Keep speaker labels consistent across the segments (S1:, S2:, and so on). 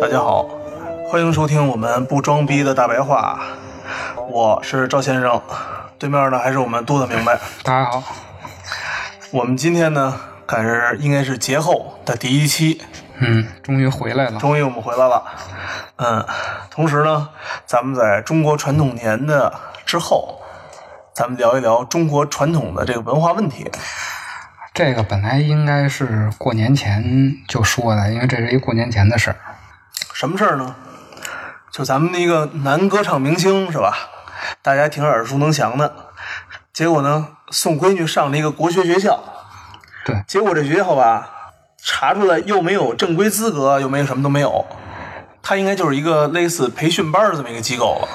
S1: 大家好，欢迎收听我们不装逼的大白话，我是赵先生，对面呢还是我们度的明白。
S2: 大家好，
S1: 我们今天呢，赶是应该是节后的第一期，
S2: 嗯，终于回来了，
S1: 终于我们回来了。嗯，同时呢，咱们在中国传统年的之后，咱们聊一聊中国传统的这个文化问题。
S2: 这个本来应该是过年前就说的，因为这是一过年前的事儿。
S1: 什么事儿呢？就咱们的一个男歌唱明星是吧？大家挺耳熟能详的。结果呢，送闺女上了一个国学学校，
S2: 对，
S1: 结果这学校吧，查出来又没有正规资格，又没有什么都没有，他应该就是一个类似培训班的这么一个机构了。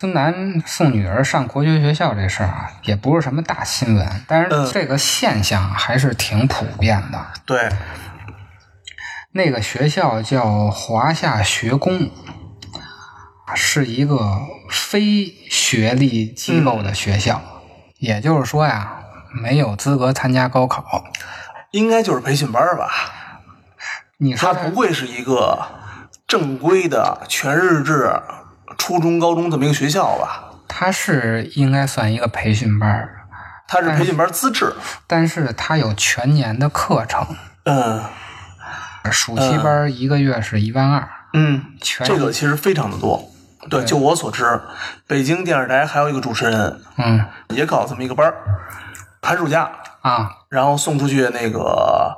S2: 孙楠送女儿上国学学校这事儿啊，也不是什么大新闻，但
S1: 嗯
S2: 是这个现象还是挺普遍的。
S1: 对，
S2: 那个学校叫华夏学宫，是一个非学历机构
S1: 嗯
S2: 的学校，也就是说呀，没有资格参加高考。
S1: 应该就是培训班儿吧？
S2: 你说
S1: 他
S2: 他
S1: 不会是一个正规的全日制初中、高中这么一个学校吧？
S2: 他是应该算一个培训班儿，
S1: 他是培训班儿资质。
S2: 但是他有全年的课程，
S1: 嗯
S2: 暑期班儿一个月是一万二，
S1: 嗯，
S2: 全
S1: 这个其实非常的多。对，就我所知，北京电视台还有一个主持人
S2: 嗯
S1: 也搞这么一个班儿，寒暑假
S2: 啊，
S1: 然后送出去那个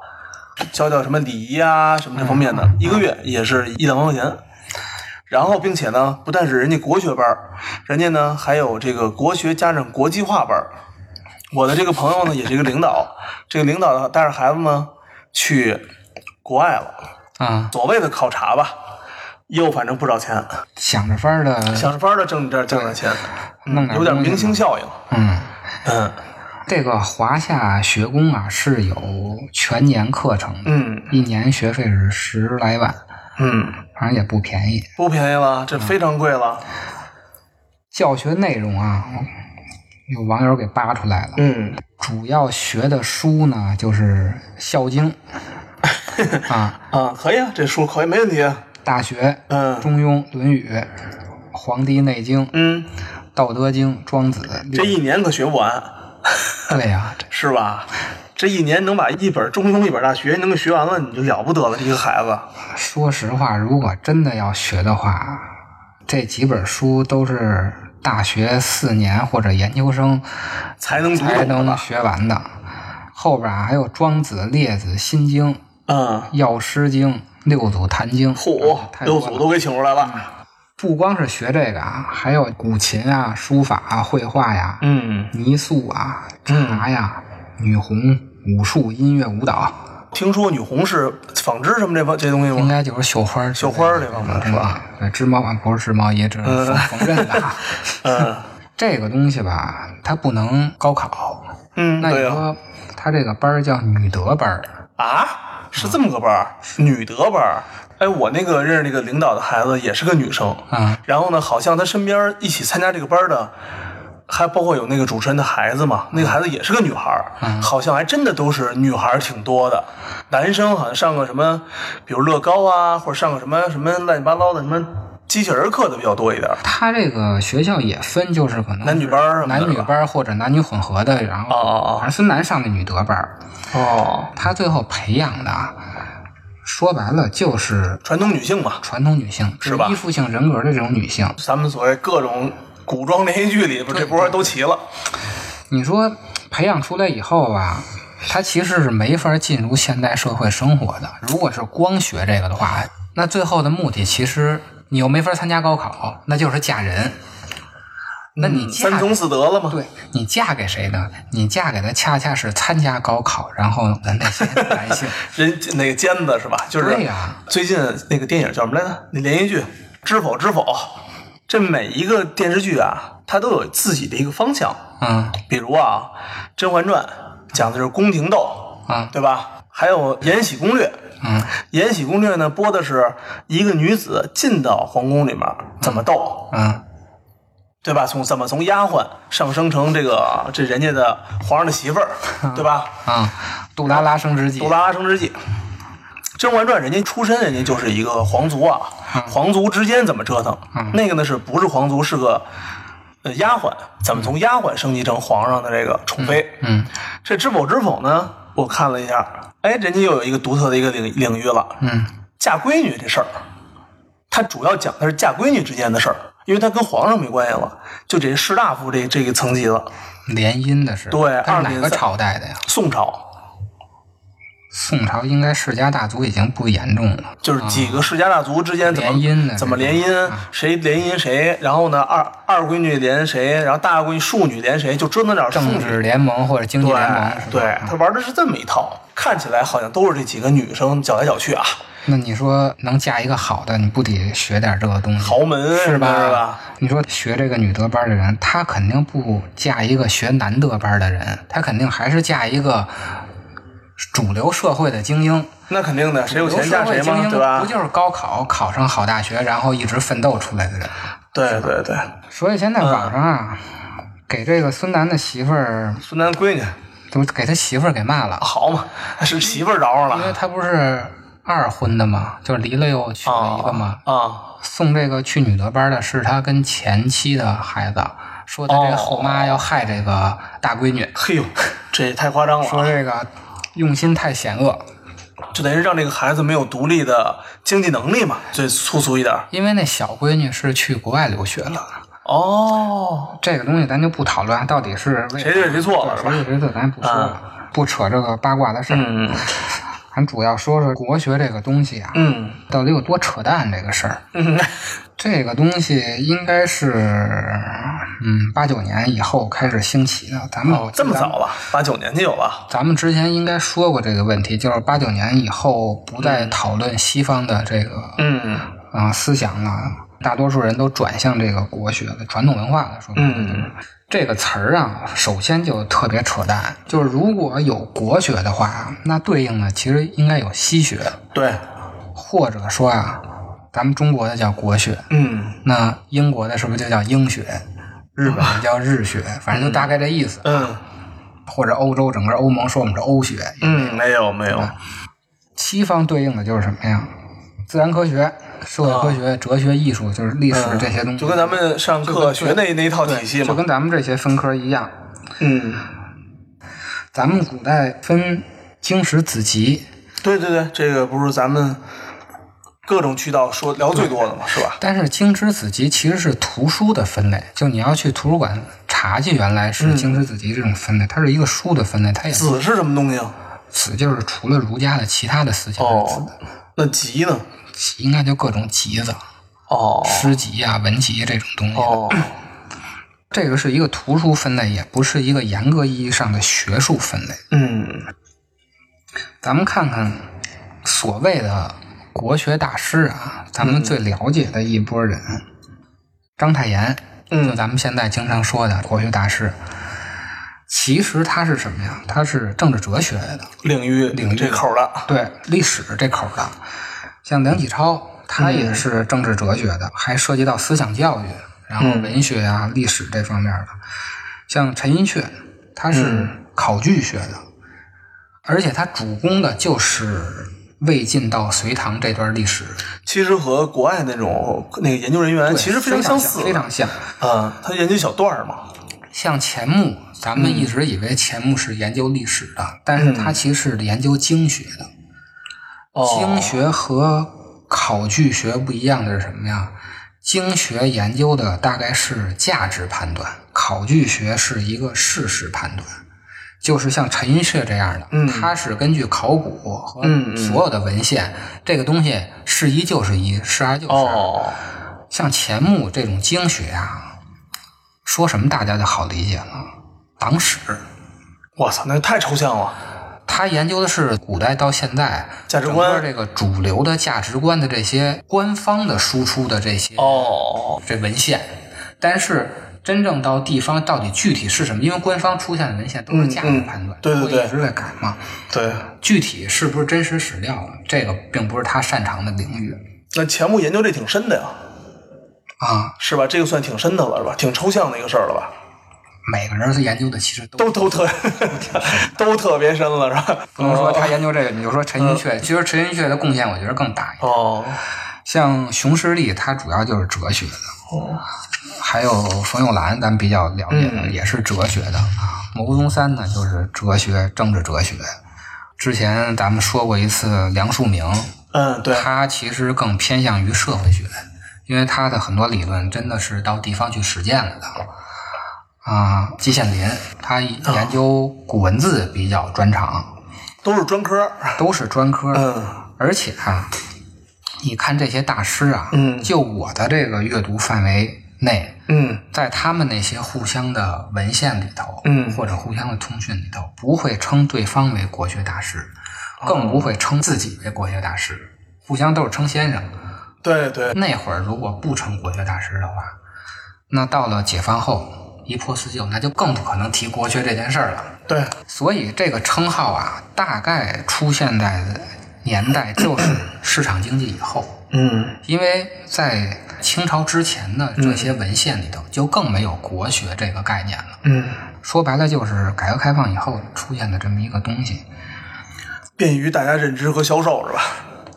S1: 教教什么礼仪啊什么这方面
S2: 嗯
S1: 的，一个月也是一两万块钱。然后，并且呢，不但是人家国学班儿，人家呢还有这个国学加上国际化班儿。我的这个朋友呢，也是一个领导，这个领导呢带着孩子呢去国外了，
S2: 啊，
S1: 所谓的考察吧，又反正不少钱，
S2: 想着法儿的，
S1: 想着法儿的挣点挣点钱，
S2: 弄点
S1: 有点
S2: 东西
S1: 明星效应。
S2: 嗯，
S1: 嗯
S2: 这个华夏学宫啊是有全年课程的，
S1: 嗯
S2: 一年学费是十来万，
S1: 嗯，
S2: 反正也不便宜。
S1: 不便宜了，这非常贵了。
S2: 教学内容啊，有网友给扒出来了，
S1: 嗯，
S2: 主要学的书呢就是《孝经》啊，
S1: 啊，可以啊，这书可以，没问题啊。
S2: 《大学》《
S1: 嗯
S2: 中庸》《论语》《黄帝内经》《
S1: 嗯，
S2: 道德经》《庄子》
S1: 这
S2: 六。
S1: 一年可学不完，
S2: 对呀、这
S1: 是吧？这一年能把一本中庸、一本大学能给学完了，你就了不得了，一个孩子。
S2: 说实话，如果真的要学的话，这几本书都是大学四年或者研究生
S1: 才能读
S2: 才
S1: 懂的
S2: 能
S1: 吧？
S2: 学完的。后边啊还有《庄子》《列子》《心经》《
S1: 嗯，
S2: 药师经》《六祖坛经》啊
S1: 嚯，
S2: 太
S1: 六
S2: 多
S1: 祖
S2: 了
S1: 都给请出来了。
S2: 不光是学这个啊，还有古琴啊、书法啊、绘画呀、
S1: 嗯，
S2: 泥塑啊、茶呀、女红、武术、音乐、舞蹈，
S1: 听说女红是纺织什么这方这东西
S2: 应
S1: 吗？
S2: 该就是绣花儿之
S1: 绣
S2: 类
S1: 花儿
S2: 的、
S1: 这方面是吧？
S2: 嗯？对，织毛啊，不是织毛衣，这是缝缝纫的 啊。
S1: 嗯
S2: 这个东西吧，它不能高考。
S1: 嗯，
S2: 那你
S1: 对呀。
S2: 说，它这个班儿叫女德班儿，
S1: 啊，是这么个班儿，女德班儿。哎，我那个认识那个领导的孩子也是个女生，
S2: 嗯，
S1: 然后呢，好像她身边一起参加这个班儿的，还包括有那个主持人的孩子嘛，那个孩子也是个女孩儿，好像还真的都是女孩儿挺多的，男生好像上个什么，比如乐高啊，或者上个什么什么乱七八糟的什么机器人儿课的比较多一点儿。
S2: 它这个学校也分，就是可能
S1: 男女班儿什啊么的
S2: 男女班儿或者男女混合的，然
S1: 哦
S2: 后
S1: 哦
S2: 反正孙楠上的女德班儿，
S1: 哦哦，
S2: 他最后培养的，说白了就是
S1: 传统女性嘛，
S2: 传统女性，
S1: 是吧
S2: 依附性人格的这种女性。
S1: 咱们所谓各种古装连续剧里不这波儿都齐了。
S2: 你说培养出来以后吧，她其实是没法进入现代社会生活的。如果是光学这个的话，那最后的目的其实你又没法参加高考，那就是嫁人。那你嫁
S1: 嗯三从四德了吗？
S2: 对你嫁给谁呢？你嫁给的恰恰是参加高考，然后的那些 男性。
S1: 人那个尖子是吧？就是
S2: 对呀
S1: 最近那个电影叫什么来着？那连续剧《知否知否》，这每一个电视剧啊，它都有自己的一个方向。
S2: 嗯
S1: 比如啊，《甄嬛传》讲的是宫廷斗，
S2: 啊
S1: 对吧？还有《延禧攻略》，
S2: 嗯
S1: 延禧攻略》呢播的是一个女子进到皇宫里面怎么斗，
S2: 嗯
S1: 对吧？从怎么从丫鬟上升成这个这人家的皇上的媳妇儿，
S2: 嗯
S1: 对吧？
S2: 啊，杜拉拉升职记
S1: 杜，拉拉升职记。《甄嬛传》人家出身，人家就是一个皇族啊，
S2: 嗯
S1: 皇族之间怎么折腾？那个呢是不是皇族是个呃丫鬟，怎么从丫鬟升级成皇上的这个宠妃？
S2: 嗯
S1: 这知否知否呢？我看了一下，哎，人家又有一个独特的一个领领域了，
S2: 嗯
S1: 嫁闺女这事儿，它主要讲的是嫁闺女之间的事儿，因为它跟皇上没关系了，就这士大夫这这个层级了。
S2: 联姻的是
S1: 对
S2: 它是
S1: 二
S2: 哪
S1: 品
S2: 个
S1: 三
S2: 朝代的呀？
S1: 宋朝
S2: 宋朝应该世家大族已经不严重了。
S1: 就是几个世家大族之间怎么、
S2: 联姻呢啊
S1: 怎么联姻，谁联姻谁，然后呢二二闺女连谁，然后大闺女庶女连谁，就折腾点儿庶
S2: 政
S1: 女
S2: 治联盟或者经济联盟是吧，
S1: 对对，他玩的是这么一套，看起来好像都是这几个女生搅来搅去啊，
S2: 那你说能嫁一个好的，你不得学点这个东西？
S1: 豪门
S2: 是
S1: 吧？是
S2: 吧？你说学这个女德班的人，他肯定不嫁一个学男德班的人，他肯定还是嫁一个主流社会的精英。
S1: 那肯定的，谁有
S2: 主流
S1: 钱
S2: 社
S1: 嫁
S2: 会
S1: 谁
S2: 精
S1: 嘛，
S2: 英
S1: 对吧
S2: 不？就是高考考上好大学，然后一直奋斗出来的人？
S1: 嗯对对对，
S2: 所以现在网上啊，给这个孙楠的媳妇儿，
S1: 孙楠闺女
S2: 都给他媳妇儿给骂了，
S1: 好嘛，是媳妇儿着上
S2: 因为
S1: 了
S2: 他不是二婚的嘛，就离了又娶了一个嘛。
S1: 啊，
S2: 送这个去女德班的是他跟前妻的孩子，说他这
S1: 哦
S2: 个后妈要害这个大闺女，
S1: 嘿呦，这也太夸张了
S2: 说
S1: 啊，
S2: 这个用心太险恶，
S1: 就等于让这个孩子没有独立的经济能力嘛，最粗俗一点儿
S2: 因为那小闺女是去国外留学了。
S1: 哦，
S2: 这个东西咱就不讨论到底是为
S1: 谁对谁错了是吧啊
S2: 谁对谁错咱不说了，不扯这个八卦的事儿，
S1: 嗯
S2: 咱主要说说国学这个东西啊，
S1: 嗯
S2: 到底有多扯淡这个事儿。
S1: 嗯，
S2: 这个东西应该是，嗯，八九年以后开始兴起的。咱们、
S1: 哦这么早了，八九年就有了，
S2: 咱们之前应该说过这个问题，就是八九年以后不再讨论西方的这个啊、
S1: 嗯
S2: 呃思想了，大多数人都转向这个国学的传统文化了。说白了就是、
S1: 嗯
S2: 这个词儿啊，首先就特别扯淡。就是如果有国学的话，啊那对应的其实应该有西学，
S1: 对，
S2: 或者说啊，咱们中国的叫国学，
S1: 嗯
S2: 那英国的是不是就叫英学？日本的叫日学，反正就大概这意思。
S1: 嗯
S2: 或者欧洲整个欧盟说我们是欧学，
S1: 嗯，没有没有，
S2: 西方对应的就是什么呀？自然科学、社会科学、哲学、艺术，就是历史这些东
S1: 啊
S2: 西，
S1: 嗯就跟咱们上课学那那一套体系
S2: 就
S1: 嘛，
S2: 跟咱们这些分科一样。
S1: 嗯，
S2: 咱们古代分经史子集，
S1: 对对对，这个不是咱们各种渠道说聊最多的嘛，是吧？
S2: 但是经史子集其实是图书的分类，就你要去图书馆查去，原来是经史子集这种分类，它是一个书的分类，它也不
S1: 子嗯是什么东西啊？
S2: 子就是除了儒家的其他的思想是子
S1: 哦，
S2: 的。
S1: 那集呢？
S2: 集应该就各种集子、
S1: 哦
S2: 诗集啊、文集这种东西。
S1: 哦，
S2: 这个是一个图书分类，也不是一个严格意义上的学术分类。
S1: 嗯
S2: 咱们看看所谓的国学大师啊，咱
S1: 嗯
S2: 们最了解的一波人，章太炎，就
S1: 嗯
S2: 咱们现在经常说的国学大师。其实他是什么呀？他是政治哲学的，
S1: 领域领
S2: 域
S1: 这口的，
S2: 对历史这口的。像梁启超，他
S1: 嗯
S2: 也是政治哲学的，还涉及到思想教育，然后
S1: 嗯
S2: 文学啊、历史这方面的。像陈寅恪，他是
S1: 嗯
S2: 考据学的，而且他主攻的就是魏晋到隋唐这段历史，
S1: 其实和国外那种那个研究人员
S2: 对
S1: 其实
S2: 非
S1: 常相似，
S2: 非常像。
S1: 啊，他研究小段儿嘛，
S2: 像钱穆，咱
S1: 嗯
S2: 们一直以为钱穆是研究历史的，但是他其实是研究经学的。经
S1: 哦，
S2: 学和考据学不一样的是什么呀？经学研究的大概是价值判断，考据学是一个事实判断。就是像陈寅恪这样的，
S1: 嗯
S2: 他是根据考古和
S1: 嗯嗯
S2: 所有的文献，这个东西是一就是一，是二就是二。
S1: 哦，
S2: 像钱穆这种经学啊，说什么大家就好理解了，党史。
S1: 我操，那太抽象了。
S2: 他研究的是古代到现代
S1: 价值观
S2: 整个这个主流的价值观的这些官方的输出的这些
S1: 哦，
S2: 这文献，但是真正到地方到底具体是什么，因为官方出现的文献都是价值判断，
S1: 嗯嗯对对对
S2: 会一直在改嘛。
S1: 对，
S2: 具体是不是真实史料，这个并不是他擅长的领域
S1: 那钱穆研究这挺深的呀，
S2: 啊。
S1: 是吧？这个算挺深的了，是吧？挺抽象的一个事儿了吧？
S2: 每个人研究的其实都
S1: 都都特 都特别深了，是吧？
S2: 不能说他研究这个，你就说陈
S1: 嗯
S2: 寅恪，其实陈寅恪的贡献我觉得更大一点。
S1: 哦，
S2: 像熊十力，他主要就是哲学的。还有冯友兰，咱们比较了解的、也是哲学的。啊牟宗三呢，就是哲学、政治哲学。之前咱们说过一次梁漱溟，
S1: 嗯，对，
S2: 他其实更偏向于社会学，因为他的很多理论真的是到地方去实践了的。啊、季羡林，他研究古文字比较专长，
S1: 都是专科。
S2: 都是专科。
S1: 嗯
S2: 而且啊，你看这些大师啊，
S1: 嗯
S2: 就我的这个阅读范围内，
S1: 嗯
S2: 在他们那些互相的文献里头，
S1: 嗯
S2: 或者互相的通讯里头，不会称对方为国学大师，更不会称自己为国学大师，互相都是称先生。
S1: 对对，
S2: 那会儿如果不称国学大师的话，那到了解放后一破四旧，那就更不可能提国学这件事儿了。
S1: 对，
S2: 所以这个称号啊，大概出现在的年代就是市场经济以后，
S1: 嗯
S2: 因为在清朝之前的这些文献里头，就更没有国学这个概念了。
S1: 嗯，
S2: 说白了，就是改革开放以后出现的这么一个东西，
S1: 便于大家认知和销售，是吧？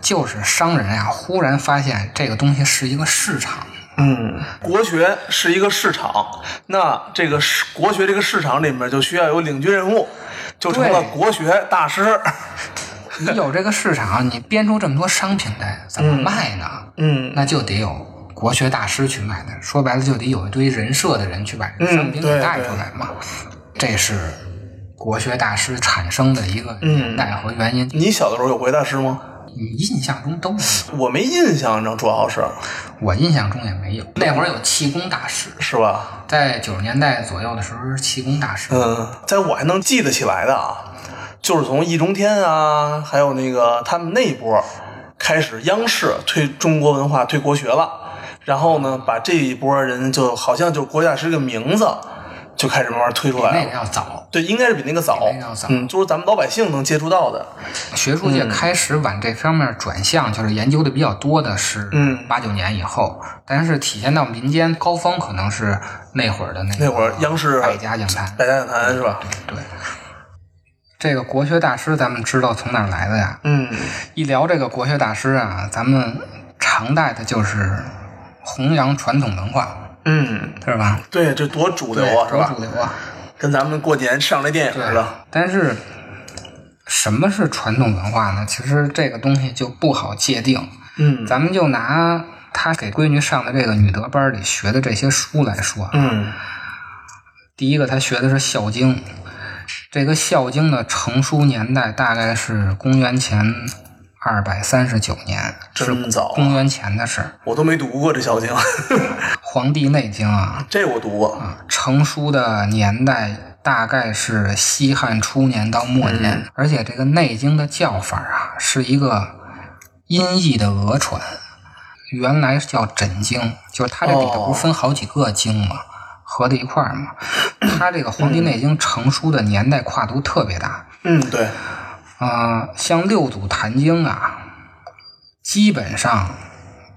S2: 就是商人呀、忽然发现这个东西是一个市场，
S1: 嗯，国学是一个市场，那这个市国学这个市场里面就需要有领军人物，就成了
S2: 对
S1: 国学大师。
S2: 你有这个市场，你编出这么多商品来，怎么卖呢？
S1: 嗯，
S2: 那就得有国学大师去卖的，说白了就得有一堆人设的人去把这个
S1: 嗯
S2: 商品
S1: 对
S2: 给带出来嘛。这是国学大师产生的一个
S1: 嗯
S2: 年代和原因，
S1: 你小的时候有国学大师吗？
S2: 你印象中都没有，
S1: 我没印象，你知道，主要是
S2: 我印象中也没有。那会儿有气功大师，
S1: 是吧？
S2: 在九十年代左右的时候是气功大师，
S1: 嗯，在我还能记得起来的啊，就是从易中天啊，还有那个他们那一波开始，央视推中国文化、推国学了，然后呢，把这一波人就好像就是国学大师这个名字就开始慢慢推出来
S2: 那
S1: 了
S2: 个。要早。
S1: 对，应该是比那个早，
S2: 比那个要早
S1: 嗯，就是咱们老百姓能接触到的，
S2: 学术
S1: 嗯
S2: 界开始往这方面转向，就是研究的比较多的是
S1: 嗯
S2: 八九年以后，但是体现到民间高峰可能是那会儿的那个
S1: 那会儿央视
S2: 百家讲坛，
S1: 百家讲坛是吧？
S2: 对，这个国学大师咱们知道从哪儿来的呀？
S1: 嗯，
S2: 一聊这个国学大师啊，咱们常带的就是弘扬传统文化，
S1: 嗯，
S2: 是吧？
S1: 对，这多主流啊，是
S2: 多
S1: 吧
S2: 主？流啊！
S1: 跟咱们过年上那电影似的，
S2: 但是什么是传统文化呢？其实这个东西就不好界定。
S1: 嗯
S2: 咱们就拿他给闺女上的这个女德班里学的这些书来说啊，
S1: 嗯
S2: 第一个他学的是《孝经》，这个《孝经》的成书年代大概是公元前二百三十九年，
S1: 这么早啊
S2: 公元前的事儿。
S1: 我都没读过这《孝经》，
S2: 《黄帝内经》啊，
S1: 这我读过，
S2: 成书的年代大概是西汉初年到末年，而且这个《内经》的叫法啊，是一个音译的讹传。原来叫枕经，就是它这里头不是分好几个经嘛，合在一块儿嘛。它这个《黄帝内经》成书的年代跨度特别大，
S1: 嗯，对，
S2: 啊、像六祖坛经啊，基本上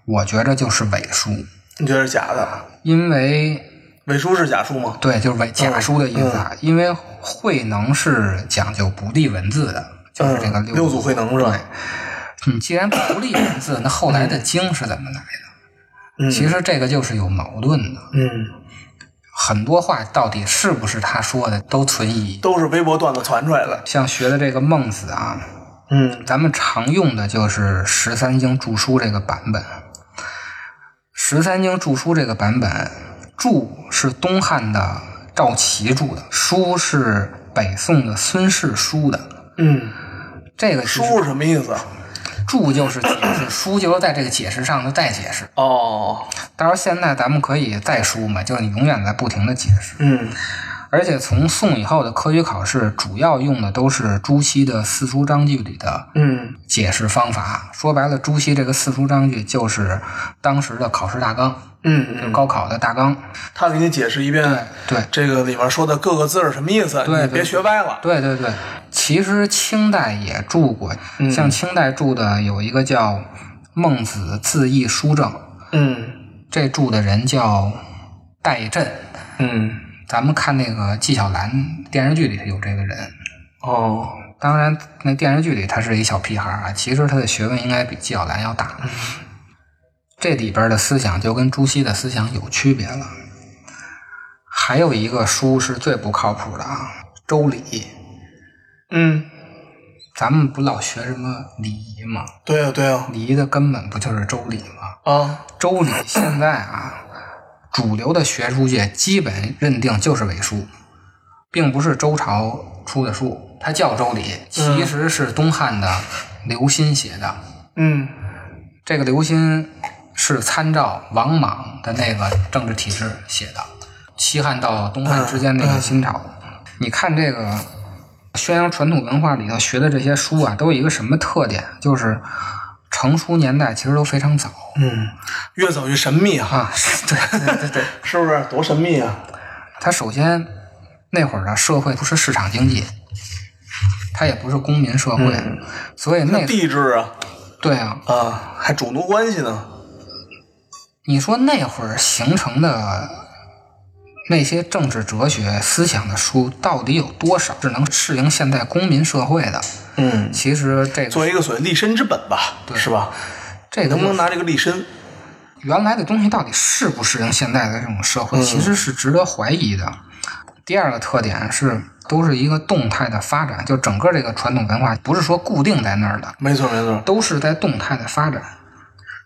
S2: 我觉着就是伪书，
S1: 你觉得是假的？
S2: 因为
S1: 伪书是假书吗？
S2: 对，就是伪
S1: 嗯
S2: 假书的意思啊，因为慧能是讲究不立文字的，就是这个
S1: 嗯六祖慧能是吧
S2: 对，你既然不立文字，那后来的经是怎么来的？
S1: 嗯
S2: 其实这个就是有矛盾的，
S1: 嗯，
S2: 很多话到底是不是他说的都存疑。
S1: 都是微博段子传出来的，
S2: 像学的这个孟子啊，
S1: 嗯
S2: 咱们常用的就是《十三经注疏》这个版本，《十三经注疏》这个版本，注是东汉的赵齐注的，疏是北宋的孙氏疏的。
S1: 嗯，
S2: 这个其实
S1: 书是什么意思？啊
S2: 注就是 解释，书就是在这个解释上的再解释。
S1: 哦，
S2: 到时候现在咱们可以再书嘛，就是你永远在不停的解释。
S1: 嗯，
S2: 而且从宋以后的科举考试，主要用的都是朱熹的四书章句里的
S1: 嗯，
S2: 解释方法。说白了，朱熹这个四书章句就是当时的考试大纲，
S1: 嗯
S2: 就是
S1: 嗯，
S2: 高考的大纲。
S1: 他给你解释一遍
S2: 对
S1: 这个里面说的各个字儿什么意思，
S2: 对
S1: 你别
S2: 对
S1: 学歪了。
S2: 对对对，其实清代也注过，
S1: 嗯
S2: 像清代注的有一个叫《孟子自义书证》，
S1: 嗯
S2: 这注的人叫戴震。
S1: 嗯，
S2: 咱们看那个纪晓岚电视剧里头有这个人，
S1: 哦，
S2: 当然那电视剧里他是一小屁孩儿啊，其实他的学问应该比纪晓岚要大。 这里边的思想就跟朱熹的思想有区别了。还有一个书是最不靠谱的啊，《周礼》。
S1: 嗯，
S2: 咱们不老学什么礼仪吗？
S1: 对啊对啊
S2: 礼仪的根本不就是周礼吗？
S1: 啊，
S2: 周礼现在啊，主流的学术界基本认定就是伪书，并不是周朝出的书，它叫周礼，其实是东汉的刘歆写的。
S1: 嗯
S2: 这个刘歆是参照王莽的那个政治体制写的，西汉到东汉之间那个新朝。你看这个宣扬传统文化里头学的这些书啊，都有一个什么特点？就是成书年代其实都非常早
S1: 嗯，越走越神秘哈，
S2: 啊。对对对对，
S1: 是不是多神秘啊？
S2: 它首先那会儿的社会不是市场经济，它也不是公民社会，所以那
S1: 地质啊
S2: 对啊，
S1: 啊，还主奴关系呢？
S2: 你说那会儿形成的那些政治哲学思想的书，到底有多少是能适应现代公民社会的？
S1: 嗯，
S2: 其实这个
S1: 作为一个所谓立身之本吧，是吧？
S2: 这个
S1: 能不
S2: 就
S1: 能
S2: 是
S1: 拿这个立身？
S2: 原来的东西到底适不适应现代的这种社会，其实是值得怀疑的。第二个特点是，都是一个动态的发展，就整个这个传统文化不是说固定在那儿的，
S1: 没错没错，
S2: 都是在动态的发展。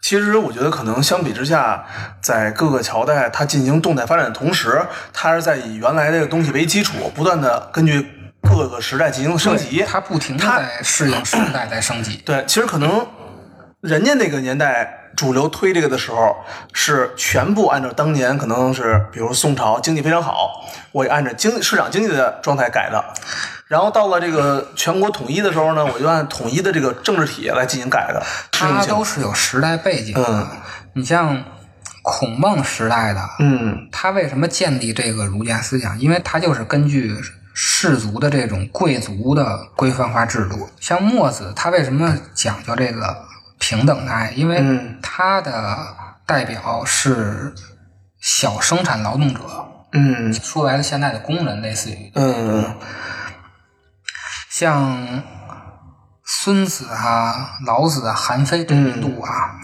S1: 其实我觉得，可能相比之下，在各个朝代它进行动态发展的同时，它是在以原来这个东西为基础，不断的根据各个时代进行升级。
S2: 它不停的
S1: 它
S2: 在适应时代，在升级。
S1: 对，其实可能人家那个年代主流推这个的时候，是全部按照当年可能是，比如宋朝经济非常好，我也按照经市场经济的状态改的。然后到了这个全国统一的时候呢，我就按统一的这个政治体来进行改的适用
S2: 它
S1: 性。
S2: 都是有时代背景的。
S1: 嗯
S2: 你像孔孟时代的，
S1: 嗯
S2: 他为什么建立这个儒家思想？因为他就是根据士族的这种贵族的规范化制度。像墨子，他为什么讲究这个平等的爱？因为
S1: 嗯
S2: 他的代表是小生产劳动者，
S1: 嗯
S2: 说白了，现在的工人类似于
S1: 嗯
S2: 像孙子啊、老子啊、韩非这一度啊，
S1: 嗯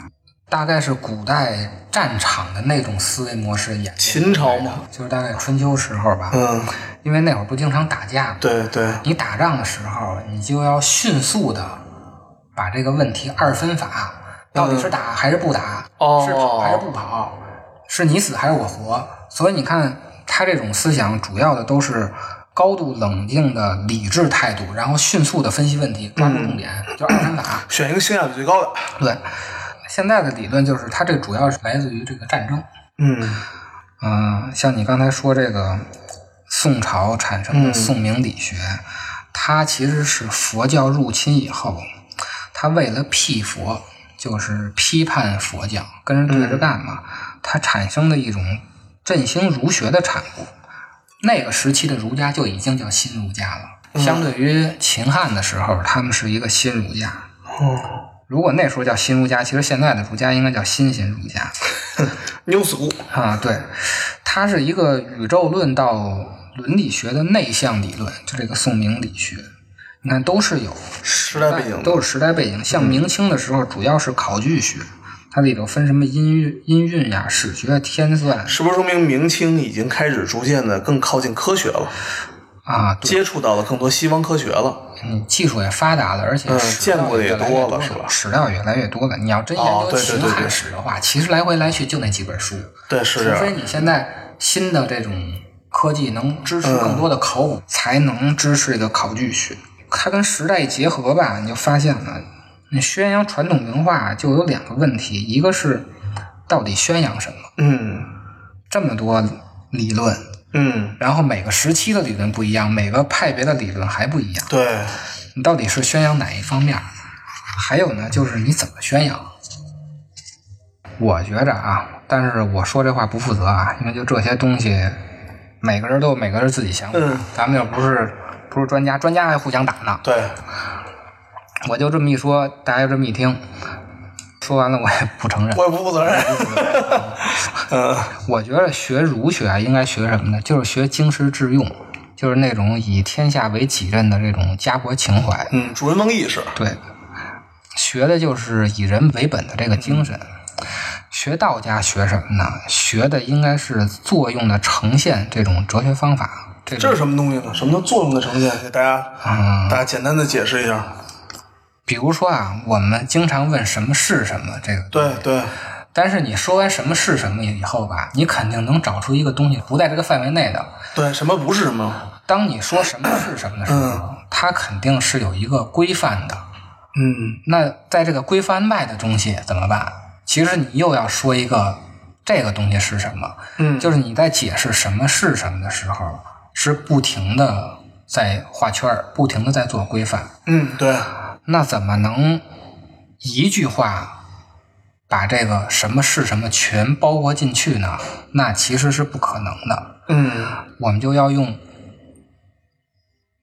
S2: 大概是古代战场的那种思维模式演变
S1: 秦朝嘛，
S2: 就是大概春秋时候吧，
S1: 嗯，
S2: 因为那会儿不经常打架嘛，
S1: 对对。
S2: 你打仗的时候，你就要迅速的把这个问题二分法，到
S1: 嗯
S2: 底是打还是不打，
S1: 哦
S2: 是跑还是不跑，是你死还是我活。所以你看，他这种思想主要的都是高度冷静的理智态度，然后迅速的分析问题，抓住
S1: 嗯
S2: 重点，就二分法。
S1: 选一个性价比最高的。
S2: 对，现在的理论就是，它这主要是来自于这个战争。
S1: 嗯
S2: 嗯，像你刚才说这个宋朝产生的宋明理学，它其实是佛教入侵以后，它为了辟佛，就是批判佛教，跟人对着干嘛，它产生的一种振兴儒学的产物。那个时期的儒家就已经叫新儒家了，相对于秦汉的时候，他们是一个新儒家。
S1: 哦
S2: 如果那时候叫新儒家，其实现在的儒家应该叫新型儒家。
S1: ，New School。
S2: 啊，对，它是一个宇宙论到伦理学的内向理论，就这个宋明理学。你看，都是有时
S1: 代背景的
S2: 都是时代背景。像明清的时候，主要是考据学，它里头分什么音韵、音韵呀、史学、天算
S1: 是不是说明明清已经开始逐渐的更靠近科学了，
S2: 啊，对，
S1: 接触到了更多西方科学了？
S2: 你技术也发达了，而且
S1: 嗯
S2: 史料
S1: 见过的也
S2: 越来越
S1: 多
S2: 多
S1: 了是吧
S2: 史料越来越多了。你要真研
S1: 哦
S2: 究
S1: 对对
S2: 秦
S1: 对对
S2: 汉史的话，其实来回来去就那几本书。
S1: 对，是这
S2: 除非
S1: 样。
S2: 你现在新的这种科技能支持更多的考古，才能支持这个考据学。它跟时代结合吧，你就发现了你宣扬传统文化就有两个问题，一个是到底宣扬什么？
S1: 嗯
S2: 这么多理论，
S1: 嗯，
S2: 然后每个时期的理论不一样，每个派别的理论还不一样，
S1: 对，
S2: 你到底是宣扬哪一方面？还有呢，就是你怎么宣扬？我觉着啊，但是我说这话不负责啊，因为就这些东西，每个人都有每个人自己想法，
S1: 嗯
S2: 咱们又不是不是专家，专家还互相打呢。
S1: 对，
S2: 我就这么一说，大家就这么一听，说完了我也不承认。
S1: 我也不负责任。 呃
S2: 我觉得学儒学啊，应该学什么呢？就是学经世致用，就是那种以天下为己任的这种家国情怀。
S1: 嗯，主人翁意识，
S2: 对，学的就是以人为本的这个精神。学道家学什么呢？学的应该是作用的呈现这种哲学方法。这
S1: 这
S2: 种
S1: 是什么东西呢？什么叫作用的呈现？给大家，
S2: 嗯，
S1: 大家简单的解释一下。
S2: 比如说啊，我们经常问什么是什么这个，
S1: 对对，
S2: 但是你说完什么是什么以后吧，你肯定能找出一个东西不在这个范围内的。
S1: 对，什么不是什么？
S2: 当你说什么是什么的时候，它肯定是有一个规范的。
S1: 嗯，
S2: 那在这个规范外的东西怎么办？其实你又要说一个这个东西是什么，
S1: 嗯
S2: 就是你在解释什么是什么的时候，是不停的在画圈儿，不停的在做规范。
S1: 嗯，对，
S2: 那怎么能一句话把这个什么是什么全包括进去呢？那其实是不可能的。
S1: 嗯
S2: 我们就要用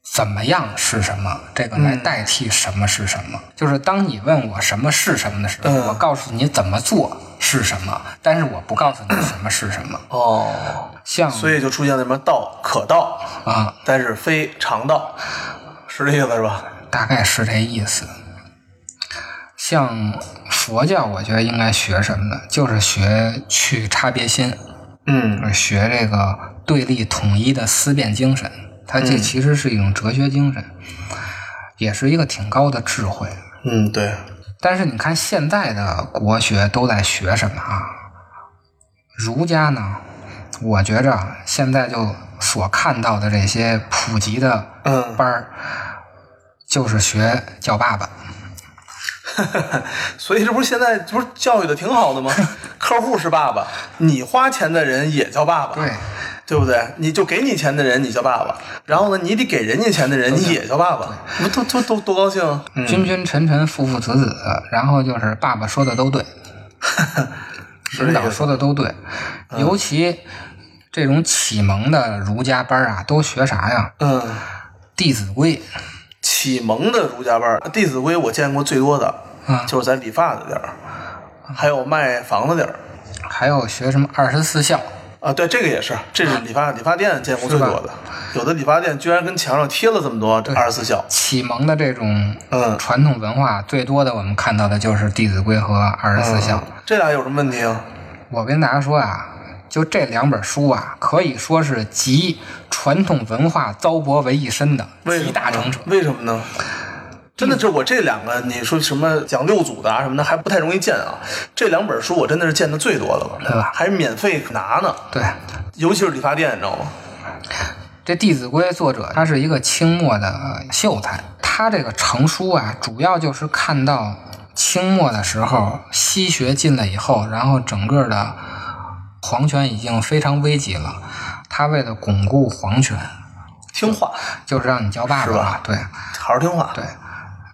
S2: 怎么样是什么这个
S1: 嗯
S2: 来代替什么是什么。就是当你问我什么是什么的时候，
S1: 嗯
S2: 我告诉你怎么做是什么，但是我不告诉你什么是什么。
S1: 哦，
S2: 像
S1: 所以就出现了什么道可道，
S2: 啊，
S1: 但是非常道，是这意思是吧？
S2: 大概是这意思。像佛教，我觉得应该学什么呢？就是学去差别心，
S1: 嗯
S2: 学这个对立统一的思辨精神。它这其实是一种哲学精神，也是一个挺高的智慧。
S1: 嗯，对，
S2: 但是你看现在的国学都在学什么啊？儒家呢，我觉着现在就所看到的这些普及的
S1: 嗯，
S2: 班儿，就是学叫爸爸。
S1: 所以这不是现在这不是教育的挺好的 吗？客户是爸爸，你花钱的人也叫爸爸，
S2: 对，
S1: 对不对？你就给你钱的人你叫爸爸，然后呢，你得给人家钱的人你也叫爸爸，不都都都多高兴啊？嗯
S2: 君君臣臣父父子子，然后就是爸爸说的 都对，
S1: 这
S2: 领
S1: 意
S2: 导
S1: 思嗯
S2: 说的都对，尤其这种启蒙的儒家班儿啊，都学啥呀？
S1: 嗯，
S2: 《弟子规》
S1: 启蒙的儒家班儿，《弟子规》我见过最多的
S2: 嗯
S1: 就是在理发的地儿，还有卖房子地儿
S2: 还有学什么二十四孝。
S1: 啊，对，这个也是，这是理发理发店见过最多的，有的理发店居然跟墙上贴了这么多二十四孝，
S2: 启蒙的这种
S1: 嗯
S2: 传统文化，最多的我们看到的就是《弟子规》和《二十
S1: 嗯
S2: 四孝》
S1: 这俩有什么问题啊？
S2: 我跟大家说啊，就这两本书啊，可以说是集传统文化糟粕为一身的
S1: 为什
S2: 集
S1: 么
S2: 大成者。
S1: 为什么呢？真的，这我这两个你说什么讲六祖的啊什么的还不太容易见啊，这两本书我真的是见的最多的了，
S2: 对吧
S1: 还免费拿呢，
S2: 对，
S1: 尤其是理发店，你知道吗？
S2: 这《弟子规》作者他是一个清末的秀才，他这个成书啊，主要就是看到清末的时候西学进来以后，然后整个的皇权已经非常危急了，他为了巩固皇权，
S1: 听话，
S2: 就是让你叫爸
S1: 是
S2: 爸
S1: 吧
S2: 嘛对
S1: 好好听话。
S2: 对，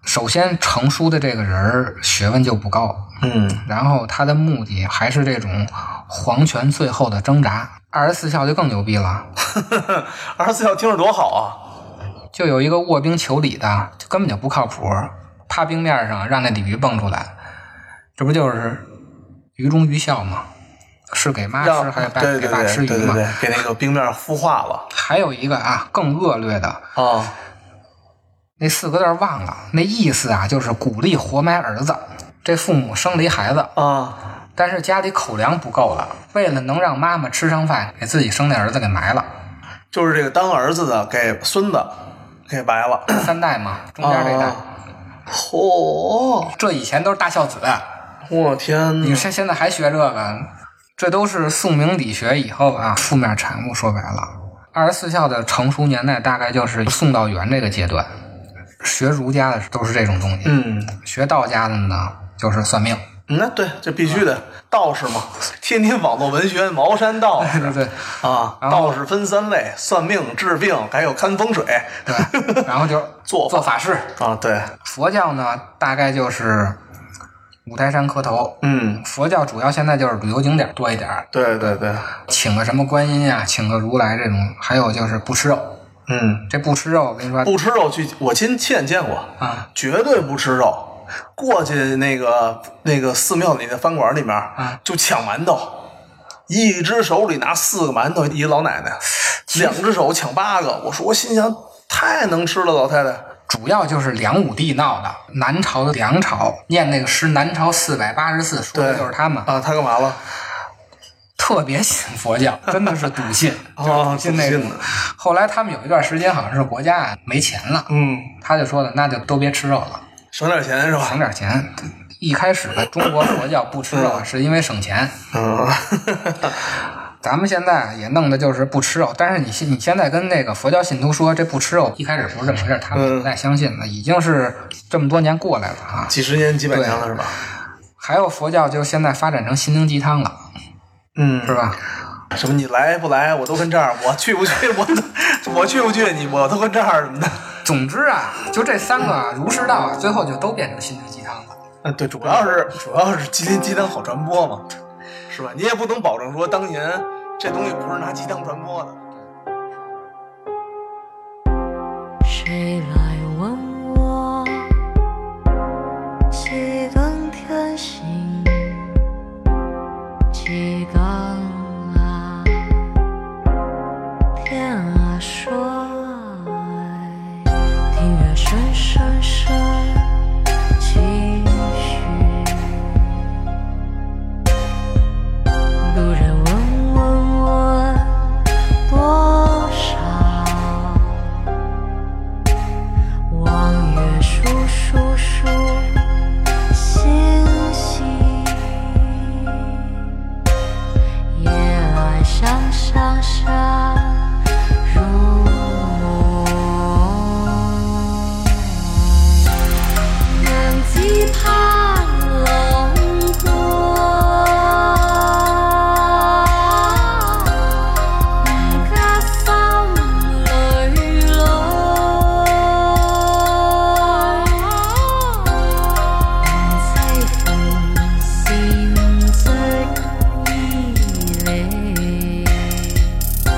S2: 首先成书的这个人儿学问就不高，
S1: 嗯
S2: 然后他的目的还是这种皇权最后的挣扎。二十四孝就更牛逼了，
S1: 二十四孝听着多好啊！
S2: 就有一个卧冰求鲤的，就根本就不靠谱，趴冰面上让那鲤鱼蹦出来，这不就是鱼中鱼孝吗？是给妈吃
S1: 让
S2: 还是爸
S1: 对
S2: 给
S1: 对
S2: 爸
S1: 对
S2: 吃
S1: 对
S2: 鱼
S1: 对
S2: 嘛？
S1: 对，给那个冰面孵化了
S2: 还有一个啊，更恶劣的
S1: 啊！
S2: 那四个字儿忘了，那意思啊就是鼓励活埋儿子。这父母生了一孩子，
S1: 啊，
S2: 但是家里口粮不够了，为了能让妈妈吃上饭，给自己生那儿子给埋了，
S1: 就是这个当儿子的给孙子给白 了。
S2: 三代嘛，中间这代，
S1: 啊嚯！
S2: 这以前都是大孝子，
S1: 我天
S2: 你
S1: 哪！
S2: 现现在还学这个，这都是宋明理学以后啊负面产物。说白了，二十四孝的成熟年代大概就是宋到元这个阶段，学儒家的都是这种东西，
S1: 嗯，
S2: 学道家的呢就是算命。
S1: 那对，这必须
S2: 嗯
S1: 的，道士嘛，天津网络文学茅山道士
S2: 对对
S1: 啊，
S2: 然后
S1: 道士分三类：算命、治病，还有看风水
S2: 对，然后就
S1: 做法
S2: 做法事。
S1: 啊。对，
S2: 佛教呢，大概就是五台山磕头。
S1: 嗯，
S2: 佛教主要现在就是旅游景点多一点儿，
S1: 对对对，
S2: 请个什么观音呀、请个如来这种，还有就是不吃肉。
S1: 嗯，
S2: 这不吃肉，我跟你说
S1: 不吃肉去，我亲亲眼见过，
S2: 啊，
S1: 绝对不吃肉。过去那个那个寺庙里的饭馆里面，
S2: 嗯
S1: 就抢馒头，一只手里拿四个馒头，一个老奶奶，两只手抢八个。我说我心想，太能吃了，老太太。
S2: 主要就是梁武帝闹的。南朝的梁朝念那个诗《南朝四百八十四》，说的
S1: 对
S2: 就是他们，
S1: 啊，他干嘛了？
S2: 特别信佛 教，真的是笃信，
S1: 啊，
S2: 信那种
S1: 的。。
S2: 后来他们有一段时间好像是国家没钱了，
S1: 嗯，
S2: 他就说的那就都别吃肉了，
S1: 省点钱是吧？
S2: 省点钱。一开始的中国佛教不吃肉啊是因为省钱，
S1: 嗯，
S2: 咱们现在也弄的就是不吃肉，但是你现你现在跟那个佛教信徒说这不吃肉，一开始不是这么回事，他
S1: 嗯
S2: 们不太相信的，已经是这么多年过来了啊。
S1: 几十年、几百年了是吧？
S2: 还有佛教就现在发展成心灵鸡汤了，
S1: 嗯，
S2: 是吧？
S1: 什么你来不来，我都跟这儿；我去 不去，我都我去不去，你我都跟这儿什么的。
S2: 总之啊，就这三个啊儒释道啊，最后就都变成心灵鸡汤了。
S1: 嗯，对，主要是主要是鸡鸡汤好传播嘛，是吧？你也不能保证说当年这东西不是拿鸡汤传播的。
S3: 谁来问我几更天醒？几更啊？天啊说爱，听月声声声轻许。路人问问问多少？望月数数数星星，夜来香香香入梦。南极盼龙歌，家心里来。西风渐息依离。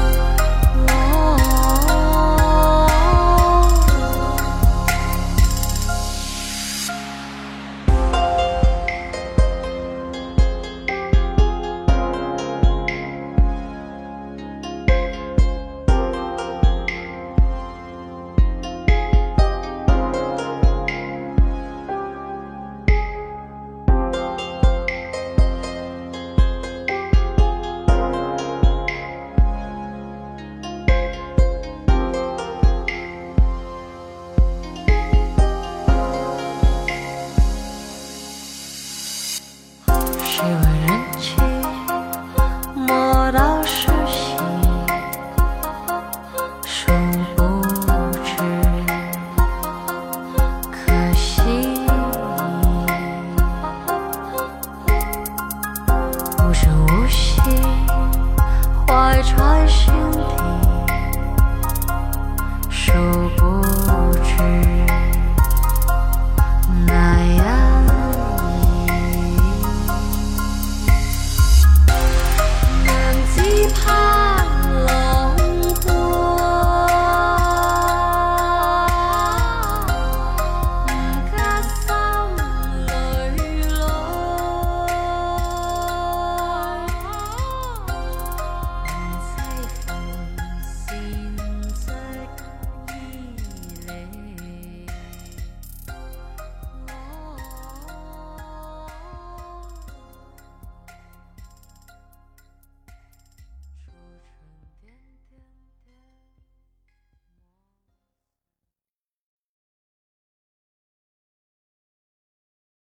S3: 谁问人情？